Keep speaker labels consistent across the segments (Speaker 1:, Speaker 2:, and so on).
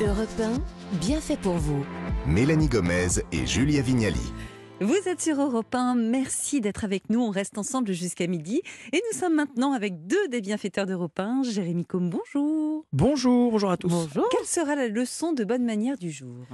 Speaker 1: Europe 1, bien fait pour vous.
Speaker 2: Mélanie Gomez et Julia Vignali.
Speaker 3: Vous êtes sur Europe 1, merci d'être avec nous, on reste ensemble jusqu'à midi. Et nous sommes maintenant avec deux des bienfaiteurs d'Europe 1, Jérémy Combe, bonjour.
Speaker 4: Bonjour, bonjour à tous.
Speaker 3: Quelle sera la leçon de bonne manière du jour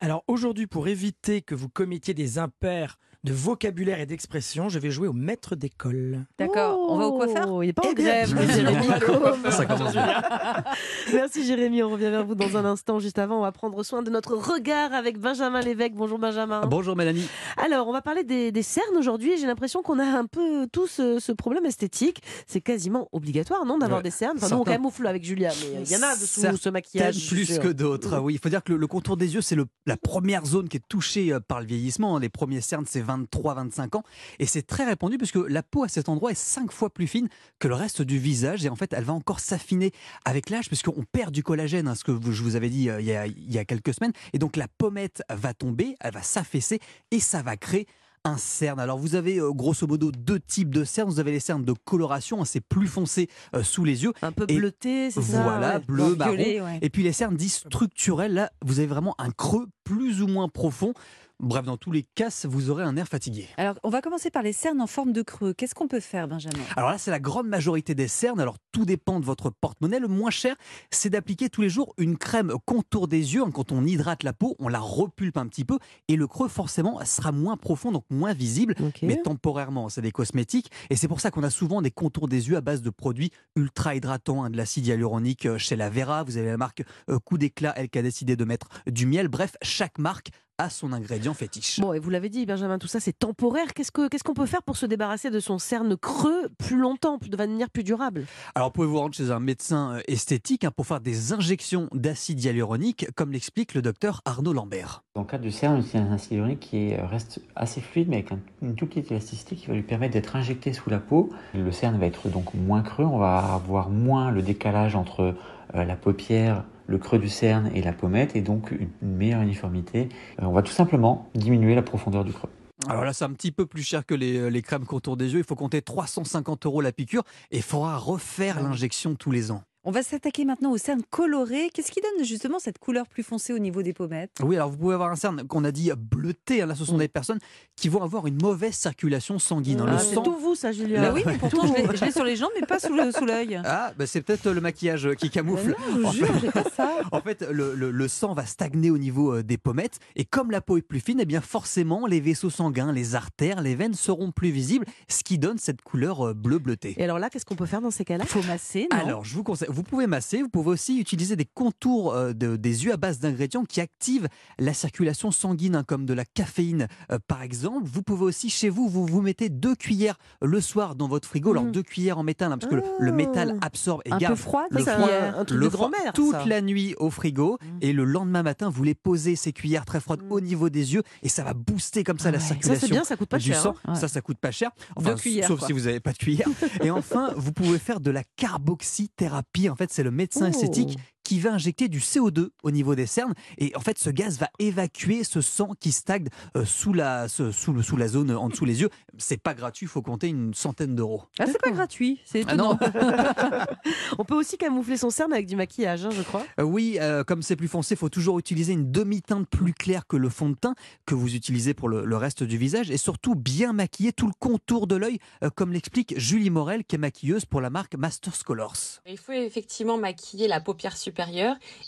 Speaker 4: Alors aujourd'hui, pour éviter que vous commettiez des impairs de vocabulaire et d'expression, je vais jouer au maître d'école.
Speaker 3: D'accord, on va au coiffeur
Speaker 5: Oh, Il n'est pas en
Speaker 4: Eh bien,
Speaker 5: grève,
Speaker 4: je-
Speaker 5: Jérémy
Speaker 4: je-
Speaker 5: Combe.
Speaker 4: Ah, Ça commence bien.
Speaker 5: Merci Jérémy, on revient vers vous dans un instant. Juste avant, on va prendre soin de notre regard avec Benjamin Lévesque. Bonjour Benjamin.
Speaker 6: Bonjour Mélanie.
Speaker 5: Alors, on va parler des, des cernes aujourd'hui. J'ai l'impression qu'on a un peu tous euh, ce, ce problème esthétique. C'est quasiment obligatoire, non, d'avoir
Speaker 6: Ouais.
Speaker 5: des cernes. Enfin, nous, on
Speaker 6: Certains-
Speaker 5: camoufle avec Julia, mais euh, il y en a dessous
Speaker 6: Certaines
Speaker 5: ce
Speaker 6: T'aimes
Speaker 5: maquillage. je suis
Speaker 6: plus
Speaker 5: sûre.
Speaker 6: que d'autres. Ah Oui, il faut dire que le, le contour des yeux, c'est le- la première zone qui est touchée euh, par le vieillissement. Les premiers cernes, c'est 23-25 ans. Et c'est très répandu puisque la peau à cet endroit est 5 fois plus fine que le reste du visage. Et en fait, elle va encore s'affiner avec l'âge puisqu'on perd du collagène, hein, ce que vous- je vous avais dit euh, il y, a, il y a quelques semaines. Et donc, la pommette va tomber, elle va s'affaisser et ça va créer un cerne. Alors vous avez euh, grosso modo deux types de cernes. Vous avez les cernes de coloration, hein, c'est plus foncé euh, sous les yeux.
Speaker 5: Un peu
Speaker 6: Et
Speaker 5: bleuté, c'est ça
Speaker 6: Voilà,
Speaker 5: ouais.
Speaker 6: bleu, marron.
Speaker 3: Violet, ouais.
Speaker 6: Et puis les cernes dites structurelles, là, vous avez vraiment un creux plus ou moins profond. Bref, dans tous les cas, vous aurez un air fatigué.
Speaker 3: Alors, on va commencer par les cernes en forme de creux. Qu'est-ce qu'on peut faire, Benjamin
Speaker 6: Alors là, c'est la grande majorité des cernes. Alors tout dépend de votre porte-monnaie. Le moins cher, c'est d'appliquer tous les jours une crème contour des yeux. Quand on hydrate la peau, on la repulpe un petit peu et le creux, forcément, sera moins profond, donc moins visible.
Speaker 5: Ok.
Speaker 6: mais temporairement. C'est des cosmétiques. Et c'est pour ça qu'on a souvent des contours des yeux à base de produits ultra hydratants, hein, de l'acide hyaluronique euh, chez la Vera. Vous avez la marque euh, Coup d'éclat, elle qui a décidé de mettre du miel. Bref, chaque marque a son ingrédient fétiche.
Speaker 5: Bon, et vous l'avez dit, Benjamin, tout ça c'est temporaire. Qu'est-ce que- qu'est-ce qu'on peut faire pour se débarrasser de son cerne creux plus longtemps, de manière plus durable
Speaker 6: Alors, pouvez-vous rendre chez un médecin euh, esthétique hein, pour faire des injections d'acide hyaluronique, comme l'explique le docteur Arnaud Lambert.
Speaker 7: Dans le cas du CERN, c'est un acide hyaluronique qui euh, reste assez fluide mais avec un- une toute petite élasticité qui va lui permettre d'être injecté sous la peau. Le CERN va être donc moins creux, on va avoir moins le décalage entre euh, la paupière, le creux du CERN et la pommette et donc une une meilleure uniformité. Euh, on va tout simplement diminuer la profondeur du creux.
Speaker 6: Alors là, c'est un petit peu plus cher que les, euh, les crèmes contour des yeux. Il faut compter 350 euros la piqûre et il faudra refaire l'injection tous les ans.
Speaker 3: On va s'attaquer maintenant aux cernes colorées. Qu'est-ce qui donne justement cette couleur plus foncée au niveau des pommettes
Speaker 6: Oui, alors vous pouvez avoir un cerne qu'on a dit bleuté. hein, Là, ce sont des personnes qui vont avoir une mauvaise circulation sanguine. hein.
Speaker 5: Ah,
Speaker 6: le
Speaker 5: C'est
Speaker 6: sang.
Speaker 5: tout vous, ça, Julia.
Speaker 6: Là,
Speaker 3: Bah oui, mais pourtant, je l'ai- je l'ai sur les jambes, mais pas sous le- sous l'œil.
Speaker 6: Ah, bah, c'est peut-être le maquillage
Speaker 5: Ah,
Speaker 6: qui
Speaker 3: Bah
Speaker 6: camoufle.
Speaker 3: non, je vous
Speaker 6: En
Speaker 3: jure, j'ai pas ça.
Speaker 6: En fait, le, le- le sang va stagner au niveau euh, des pommettes et comme la peau est plus fine, eh bien forcément les vaisseaux sanguins, les artères, les veines seront plus visibles, ce qui donne cette couleur euh, bleu bleuté.
Speaker 5: Et alors là, qu'est-ce qu'on peut faire dans ces cas-là
Speaker 3: Faut masser, non
Speaker 6: Alors, je vous conseille, vous pouvez masser, vous pouvez aussi utiliser des contours euh, de- des yeux à base d'ingrédients qui activent la circulation sanguine, hein, comme de la caféine euh, par exemple. Vous pouvez aussi chez vous, vous vous mettez deux cuillères le soir dans votre frigo, alors
Speaker 5: Mhm.
Speaker 6: deux cuillères en métal, hein, parce que le, le
Speaker 5: Ah.
Speaker 6: métal absorbe et
Speaker 3: un peu
Speaker 6: garde
Speaker 3: froid,
Speaker 6: le
Speaker 3: les
Speaker 5: c'est un-
Speaker 3: cuillères.
Speaker 5: un truc
Speaker 6: le
Speaker 5: de
Speaker 6: froid
Speaker 5: grand-mère.
Speaker 6: toute
Speaker 5: ça. Mm.
Speaker 6: la nuit au frigo
Speaker 3: Mhm.
Speaker 6: et le lendemain matin, vous les posez ces cuillères très froides
Speaker 5: Mhm.
Speaker 6: au niveau des yeux et ça va booster comme ça
Speaker 3: Ah
Speaker 6: la
Speaker 3: ouais. Ça, c'est
Speaker 5: Ça, c'est
Speaker 6: circulation
Speaker 5: bien, ça coûte pas
Speaker 6: du
Speaker 5: cher.
Speaker 6: sang.
Speaker 3: hein. Ouais.
Speaker 6: Ça, ça coûte pas cher.
Speaker 3: Deux cuillères,
Speaker 6: Sauf
Speaker 3: quoi.
Speaker 6: si vous n'avez pas de cuillère. Et enfin, vous pouvez faire de la carboxythérapie. En fait, c'est le médecin
Speaker 3: Oh.
Speaker 6: esthétique qui va injecter du CO2 au niveau des cernes. Et en fait, ce gaz va évacuer ce sang qui stagne euh, sous, la, ce- sous, le- sous la zone en dessous les yeux. C'est pas gratuit, il faut compter une centaine d'euros.
Speaker 3: Ah, c'est pas gratuit, c'est
Speaker 6: Ah
Speaker 3: étonnant.
Speaker 5: On peut aussi camoufler son cerne avec du maquillage, hein, je crois.
Speaker 6: Euh, Oui, euh, comme c'est plus foncé, il faut toujours utiliser une demi-teinte plus claire que le fond de teint que vous utilisez pour le, le reste du visage et surtout bien maquiller tout le contour de l'œil, euh, comme l'explique Julie Morel, qui est maquilleuse pour la marque Masters Colors.
Speaker 8: Il faut effectivement maquiller la paupière supérieure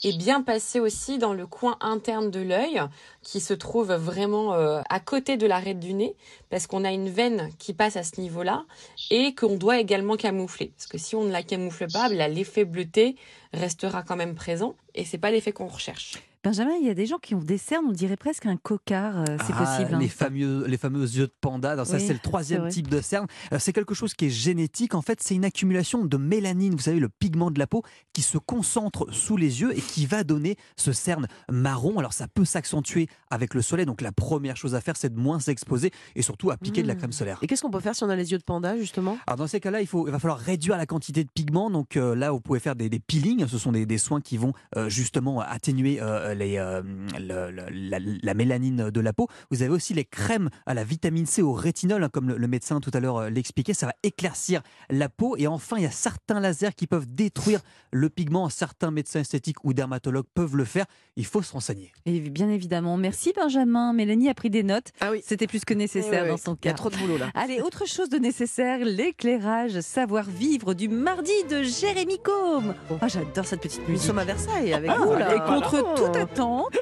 Speaker 8: et bien passer aussi dans le coin interne de l'œil qui se trouve vraiment euh, à côté de l'arête du nez parce qu'on a une veine qui passe à ce niveau-là et qu'on doit également camoufler. Parce que si on ne la camoufle pas, là, l'effet bleuté restera quand même présent et c'est pas l'effet qu'on recherche.
Speaker 3: Benjamin, il y a des gens qui ont des cernes, on dirait presque un cocard, euh, c'est
Speaker 6: Ah,
Speaker 3: possible. hein.
Speaker 6: Les fameux, les fameux yeux de panda, Alors ça
Speaker 3: Oui,
Speaker 6: c'est le
Speaker 3: c'est
Speaker 6: troisième
Speaker 3: vrai.
Speaker 6: type de cerne. Euh, C'est quelque chose qui est génétique. En fait, c'est une accumulation de mélanine, vous savez, le pigment de la peau, qui se concentre sous les yeux et qui va donner ce cerne marron. Alors ça peut s'accentuer avec le soleil. Donc la première chose à faire, c'est de moins s'exposer et surtout appliquer de la
Speaker 5: Mmh.
Speaker 3: Hmm.
Speaker 6: crème solaire.
Speaker 5: Et qu'est-ce qu'on peut faire si on a les yeux de panda, justement
Speaker 6: Alors dans ces cas-là, il, faut- il va falloir réduire la quantité de pigments. Donc euh, là, vous pouvez faire des, des peelings. Ce sont des, des soins qui vont euh, justement atténuer euh, euh, les, euh, le- le- la, la mélanine de la peau. Vous avez aussi les crèmes à la vitamine C, au rétinol, hein, comme le, le médecin tout à l'heure euh, l'expliquait. Ça va éclaircir la peau. Et enfin, il y a certains lasers qui peuvent détruire le pigment. Certains médecins esthétiques ou dermatologues peuvent le faire. Il faut se renseigner.
Speaker 3: Et bien évidemment, merci Benjamin. Mélanie a pris des notes.
Speaker 5: Ah oui.
Speaker 3: C'était plus que nécessaire dans son
Speaker 5: Eh
Speaker 3: cas.
Speaker 5: Il y a trop de boulot là.
Speaker 3: Allez, autre chose de nécessaire, l'éclairage savoir-vivre du mardi de Jérémy Combe. Ah, j'adore cette petite
Speaker 5: Nous
Speaker 3: musique.
Speaker 5: sommes à Versailles avec
Speaker 3: Ah,
Speaker 5: vous là.
Speaker 3: et contre
Speaker 5: Oh.
Speaker 3: toute attente,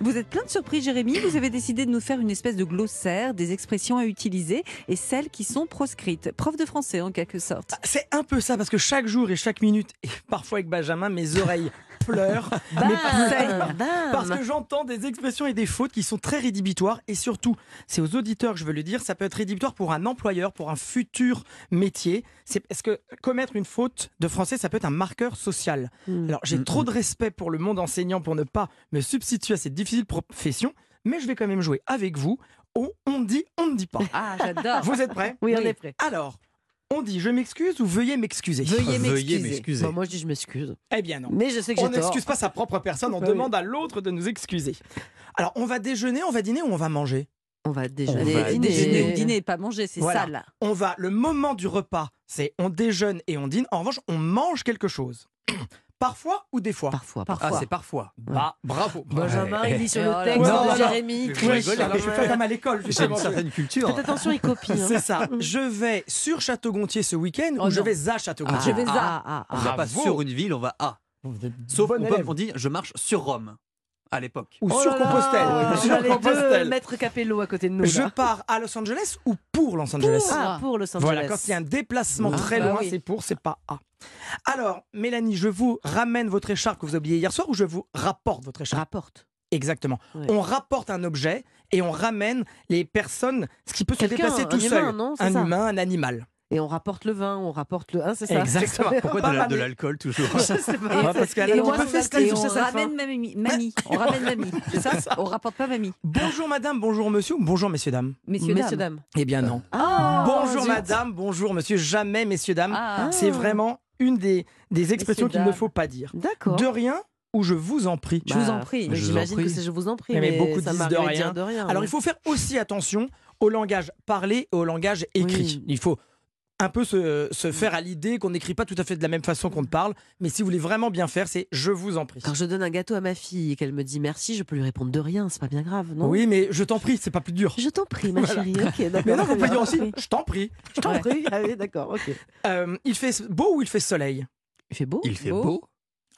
Speaker 3: vous êtes plein de surprises, Jérémy. Vous avez décidé de nous faire une espèce de glossaire des expressions à utiliser et celles qui sont proscrites. Prof de français, en quelque sorte.
Speaker 4: Ah, C'est un peu ça, parce que chaque jour et chaque minute, et parfois avec Benjamin, mes oreilles pleurent. mais pleurent.
Speaker 5: Bam, bam.
Speaker 4: Parce que j'entends des expressions et des fautes qui sont très rédhibitoires et surtout, c'est aux auditeurs que je veux le dire, ça peut être rédhibitoire pour un employeur, pour un futur métier. C'est parce que commettre une faute de français, ça peut être un marqueur social.
Speaker 5: Mm.
Speaker 4: Alors j'ai
Speaker 6: Mm,
Speaker 4: trop de respect pour le monde enseignant pour ne pas me substituer à cette difficile profession, mais je vais quand même jouer avec vous. On, on dit, on ne dit pas.
Speaker 3: Ah, j'adore.
Speaker 4: Vous êtes prêts
Speaker 5: Oui, on est prêt.
Speaker 4: Alors, on dit je m'excuse ou veuillez m'excuser
Speaker 3: Veuillez m'excuser.
Speaker 6: Veuillez m'excuser.
Speaker 5: Bon, moi je dis je m'excuse.
Speaker 4: Eh bien non.
Speaker 5: Mais je sais que
Speaker 4: On
Speaker 5: j'ai tort.
Speaker 4: n'excuse pas sa propre personne, on
Speaker 5: Bah oui.
Speaker 4: demande à l'autre de nous excuser. Alors, on va déjeuner, on va dîner ou on va manger
Speaker 5: On va déjeuner.
Speaker 6: On va
Speaker 3: Dîner,
Speaker 6: dîner.
Speaker 3: dîner, dîner, pas manger, c'est
Speaker 4: Voilà.
Speaker 3: sale.
Speaker 4: On va, le moment du repas, c'est on déjeune et on dîne. En revanche, on mange quelque chose. Parfois ou des fois
Speaker 5: Parfois,
Speaker 3: Parfois.
Speaker 5: parfois.
Speaker 6: Ah, c'est parfois.
Speaker 4: Bah, bravo.
Speaker 5: Benjamin,
Speaker 6: Ouais.
Speaker 5: il lit sur
Speaker 3: Et
Speaker 5: le
Speaker 3: voilà.
Speaker 5: texte
Speaker 4: Ouais, non,
Speaker 5: de
Speaker 4: non,
Speaker 5: Jérémy.
Speaker 6: non.
Speaker 4: Oui,
Speaker 6: Je rigole,
Speaker 4: alors je suis pas comme à l'école,
Speaker 6: J'ai une
Speaker 4: justement.
Speaker 6: certaine culture.
Speaker 5: Faites attention, il copie. hein.
Speaker 4: C'est ça. Je vais sur Château-Gontier ce week-end
Speaker 3: Oh
Speaker 4: ou je
Speaker 3: non.
Speaker 4: vais à Château-Gontier
Speaker 3: Je vais à.
Speaker 5: Ah, ah,
Speaker 4: Ah.
Speaker 6: On
Speaker 5: ah.
Speaker 6: va pas
Speaker 4: Bravo.
Speaker 6: sur une ville, on va à. Sauf on, peut- on dit je marche sur Rome à l'époque.
Speaker 4: Ou
Speaker 5: Oh
Speaker 4: sur
Speaker 5: là là,
Speaker 4: Compostelle.
Speaker 5: On a
Speaker 4: Sur
Speaker 5: les deux
Speaker 4: Compostelle.
Speaker 5: maîtres Capello à côté de nous.
Speaker 4: Je
Speaker 5: là.
Speaker 4: pars à Los Angeles ou pour Los Angeles
Speaker 5: Ah, pour Los Angeles.
Speaker 4: Voilà, quand il y a un déplacement
Speaker 5: Ah,
Speaker 4: très
Speaker 3: bah
Speaker 4: loin,
Speaker 3: oui.
Speaker 4: c'est pour, c'est pas à. Alors, Mélanie, je vous ramène votre écharpe que vous avez oubliée hier soir ou je vous rapporte votre écharpe
Speaker 5: Rapporte.
Speaker 4: Exactement.
Speaker 5: Ouais.
Speaker 4: On rapporte un objet et on ramène les personnes, ce qui peut se
Speaker 5: Quelqu'un,
Speaker 4: déplacer
Speaker 5: un
Speaker 4: tout
Speaker 5: humain,
Speaker 4: seul.
Speaker 5: non, c'est
Speaker 4: un
Speaker 5: ça
Speaker 4: humain, un animal.
Speaker 5: Et on rapporte le vin, on rapporte le 1, c'est ça
Speaker 4: Exactement.
Speaker 6: Pourquoi
Speaker 4: Pas
Speaker 6: de la- de
Speaker 4: mal.
Speaker 6: l'alcool toujours
Speaker 4: Ouais, parce qu'elle
Speaker 3: Et
Speaker 4: a
Speaker 3: on,
Speaker 4: un peu
Speaker 5: fait
Speaker 4: fait
Speaker 5: ça,
Speaker 3: et
Speaker 5: tout
Speaker 3: on
Speaker 5: ça, ça
Speaker 3: ramène mamie. mamie. On ramène mamie. C'est ça, On rapporte pas mamie.
Speaker 4: Bonjour madame, bonjour monsieur, ou bonjour messieurs dames.
Speaker 3: Messieurs, dames.
Speaker 4: Eh
Speaker 6: Euh.
Speaker 4: bien non.
Speaker 5: Ah,
Speaker 4: bonjour
Speaker 5: zut.
Speaker 4: madame, bonjour monsieur, jamais messieurs dames.
Speaker 3: Oh, Ah.
Speaker 4: C'est vraiment une des, des expressions qu'il ne
Speaker 3: dames.
Speaker 4: faut pas dire.
Speaker 5: D'accord.
Speaker 4: De rien ou je vous en prie.
Speaker 3: Je vous en prie.
Speaker 5: mais
Speaker 6: Je vous en
Speaker 5: J'imagine
Speaker 6: prie.
Speaker 5: que c'est je vous en prie.
Speaker 4: Mais beaucoup
Speaker 5: ça
Speaker 4: disent
Speaker 5: m'arrive
Speaker 4: de
Speaker 5: à dire
Speaker 4: rien.
Speaker 5: de rien.
Speaker 4: Bah. Alors il faut faire aussi attention au langage parlé et au langage écrit. Il faut un peu se, se faire à l'idée qu'on n'écrit pas tout à fait de la même façon qu'on ne parle, mais si vous voulez vraiment bien faire, c'est je vous en prie.
Speaker 5: Quand je donne un gâteau à ma fille et qu'elle me dit merci, je peux lui répondre de rien, c'est pas bien grave, non
Speaker 4: Oui, mais je t'en prie, c'est pas plus dur.
Speaker 5: Je t'en prie, ma chérie. Ok, d'accord.
Speaker 4: Mais non,
Speaker 5: très
Speaker 4: vous pouvez
Speaker 5: bien.
Speaker 4: dire aussi je t'en prie.
Speaker 5: Je t'en prie. Ah oui, d'accord, ok.
Speaker 4: Euh, il fait beau ou il fait soleil
Speaker 5: Il fait beau
Speaker 6: Il fait
Speaker 3: Beau.
Speaker 6: beau.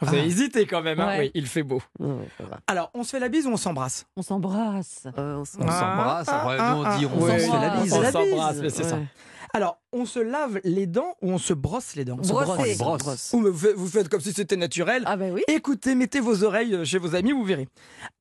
Speaker 4: Vous avez hésité quand même, hein
Speaker 3: Ah. Ouais.
Speaker 4: oui, il fait beau.
Speaker 5: Ouais, ouais, ça va.
Speaker 4: Alors, on se fait la bise ou on s'embrasse
Speaker 3: On s'embrasse.
Speaker 5: Euh, on s'en-
Speaker 6: On
Speaker 4: Ah,
Speaker 6: s'embrasse,
Speaker 4: ah,
Speaker 6: après,
Speaker 4: ah,
Speaker 6: nous on dit
Speaker 4: ah,
Speaker 6: on
Speaker 3: ouais.
Speaker 6: se fait la
Speaker 3: On
Speaker 6: bise.
Speaker 5: C'est la
Speaker 4: s'embrasse,
Speaker 5: bise.
Speaker 4: mais c'est ça.
Speaker 5: Ouais.
Speaker 4: Alors, on se lave les dents ou on se brosse les dents
Speaker 3: On se Brosser.
Speaker 6: brosse. On se brosse.
Speaker 4: Ou vous faites- vous faites comme si c'était naturel.
Speaker 3: Ah ben oui.
Speaker 4: Écoutez, mettez vos oreilles euh, chez vos amis, vous verrez.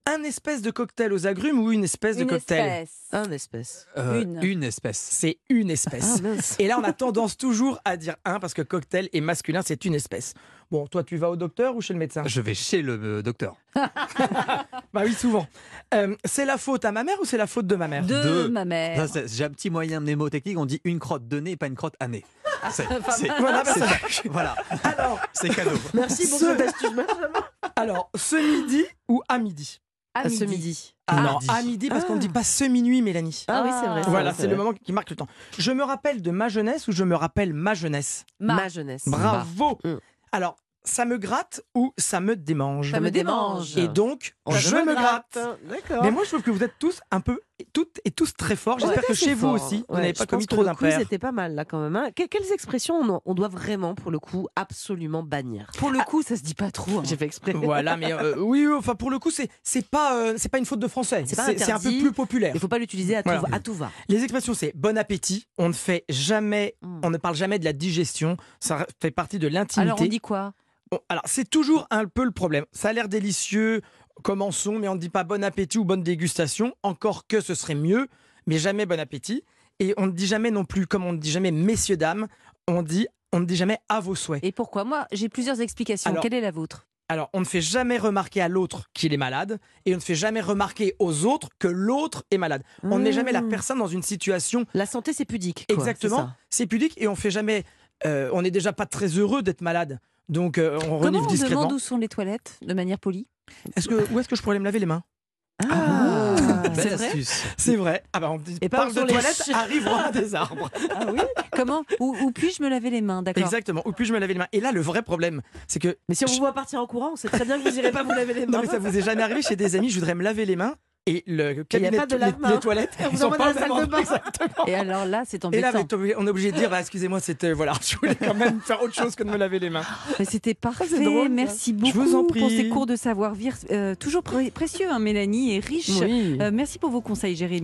Speaker 4: Un espèce de cocktail aux agrumes ou une espèce
Speaker 3: Une
Speaker 4: de cocktail
Speaker 3: espèce.
Speaker 5: Un espèce.
Speaker 6: Euh,
Speaker 3: Une.
Speaker 6: Une espèce.
Speaker 4: C'est une espèce.
Speaker 5: Ah mince.
Speaker 4: Et là, on a tendance toujours à dire un parce que cocktail et masculin, c'est une espèce. Bon, toi, tu vas au docteur ou chez le médecin
Speaker 6: Je vais chez le euh, docteur.
Speaker 4: Bah oui, souvent. Euh, c'est la faute à ma mère ou c'est la faute de ma mère
Speaker 3: De
Speaker 6: Deux.
Speaker 3: ma mère.
Speaker 6: Ça, c'est- J'ai un petit moyen mnémotechnique, on dit une crotte de nez et pas une crotte à nez. C'est- c'est-
Speaker 4: Voilà, bah,
Speaker 6: c'est-
Speaker 4: ça-
Speaker 6: Voilà,
Speaker 4: alors,
Speaker 6: c'est cadeau.
Speaker 5: Merci pour
Speaker 4: Ce-
Speaker 5: cette astuce. Benjamin.
Speaker 4: alors, ce midi ou à midi
Speaker 3: À midi.
Speaker 5: Ce midi.
Speaker 6: Ah,
Speaker 4: Non,
Speaker 6: midi.
Speaker 4: à midi parce qu'on ne dit pas ce minuit, Mélanie.
Speaker 5: Ah oui, c'est vrai.
Speaker 3: Ah.
Speaker 4: voilà,
Speaker 5: vrai,
Speaker 4: c'est le
Speaker 5: vrai.
Speaker 4: moment qui marque le temps. Je me rappelle de ma jeunesse ou je me rappelle ma jeunesse
Speaker 3: Ma-
Speaker 5: Ma jeunesse.
Speaker 4: Bravo.
Speaker 5: Mm.
Speaker 4: Alors, ça me gratte ou ça me démange
Speaker 3: Ça me démange.
Speaker 4: Et donc,
Speaker 5: Oh,
Speaker 4: je me gratte.
Speaker 5: D'accord.
Speaker 4: Mais moi, je trouve que vous êtes tous un peu, toutes et tous très forts. J'espère que chez vous aussi, vous n'avez pas commis trop d'impairs.
Speaker 5: C'était pas mal là quand même. hein. Que- Quelles expressions on, on doit vraiment, pour le coup, absolument bannir
Speaker 3: Pour le coup, ça se dit pas trop. hein.
Speaker 5: J'ai fait exprès.
Speaker 4: Voilà, mais euh, oui, oui, enfin pour le coup, c'est c'est pas euh, c'est pas une faute de français.
Speaker 5: C'est pas
Speaker 4: C'est c'est un peu
Speaker 5: interdit.
Speaker 4: plus populaire.
Speaker 5: Il faut pas l'utiliser à, tout
Speaker 4: Voilà.
Speaker 5: va- à tout va.
Speaker 4: Les expressions, c'est bon appétit. On ne fait jamais,
Speaker 5: Mm.
Speaker 4: on ne parle jamais de la digestion. Ça fait partie de l'intimité.
Speaker 3: Hmm. Alors on dit quoi
Speaker 4: Bon, alors, c'est toujours un peu le problème. Ça a l'air délicieux, commençons, mais on ne dit pas bon appétit ou bonne dégustation, encore que ce serait mieux, mais jamais bon appétit. Et on ne dit jamais non plus, comme on ne dit jamais messieurs, dames, on, dit, on ne dit jamais à vos souhaits.
Speaker 3: Et pourquoi Moi, j'ai plusieurs explications.
Speaker 4: Alors-
Speaker 3: Quelle est la vôtre
Speaker 4: Alors, on ne fait jamais remarquer à l'autre qu'il est malade, et on ne fait jamais remarquer aux autres que l'autre est malade. On ne met jamais la
Speaker 3: Hmm.
Speaker 5: Mmh.
Speaker 4: personne dans une situation
Speaker 5: La santé, c'est pudique. quoi, c'est
Speaker 4: exactement,
Speaker 5: ça.
Speaker 4: c'est pudique, et on fait jamais, euh, on n'est déjà pas très heureux d'être malade. Donc, euh, on
Speaker 3: Comment
Speaker 4: renifle
Speaker 3: on
Speaker 4: discrètement.
Speaker 3: demande où sont les toilettes de manière polie
Speaker 4: Est-ce que, où est-ce que je pourrais aller me laver les mains
Speaker 5: Ah,
Speaker 3: C'est vrai
Speaker 4: C'est vrai. Ah bah on dit-
Speaker 5: Et pas
Speaker 4: parle
Speaker 5: sur
Speaker 4: de
Speaker 5: les
Speaker 4: toilettes,
Speaker 5: ch-
Speaker 4: arrive roi des arbres.
Speaker 5: Ah oui
Speaker 3: Comment Où, où puis-je me laver les mains D'accord.
Speaker 4: Exactement. Ou puis je me laver les mains. Et là, le vrai problème, c'est que
Speaker 5: Mais si on vous voit partir en courant, on sait très bien que vous irez pas vous laver les mains.
Speaker 4: non mais ça vous est jamais arrivé chez des amis. Je voudrais me laver les mains et le cabinet,
Speaker 5: pas de
Speaker 4: les-
Speaker 5: lave-main.
Speaker 4: les, toilettes,
Speaker 5: On vous
Speaker 4: ils sont
Speaker 5: emmène
Speaker 4: pas
Speaker 5: à la salle de
Speaker 4: vraiment-
Speaker 5: bain.
Speaker 4: Exactement.
Speaker 3: Et alors là, c'est
Speaker 4: Et là,
Speaker 3: embêtant.
Speaker 4: on est obligé- on est obligé de dire, bah, excusez-moi, c'était voilà, je voulais quand même faire autre chose que de me laver les mains.
Speaker 3: Mais C'était parfait.
Speaker 4: drôle, ça.
Speaker 3: Merci
Speaker 4: Je
Speaker 3: beaucoup
Speaker 4: vous en
Speaker 3: pour
Speaker 4: prie.
Speaker 3: ces cours de savoir-vivre, euh, toujours pré- précieux, hein, Mélanie, et riche. Euh, merci pour vos conseils, Jérémy.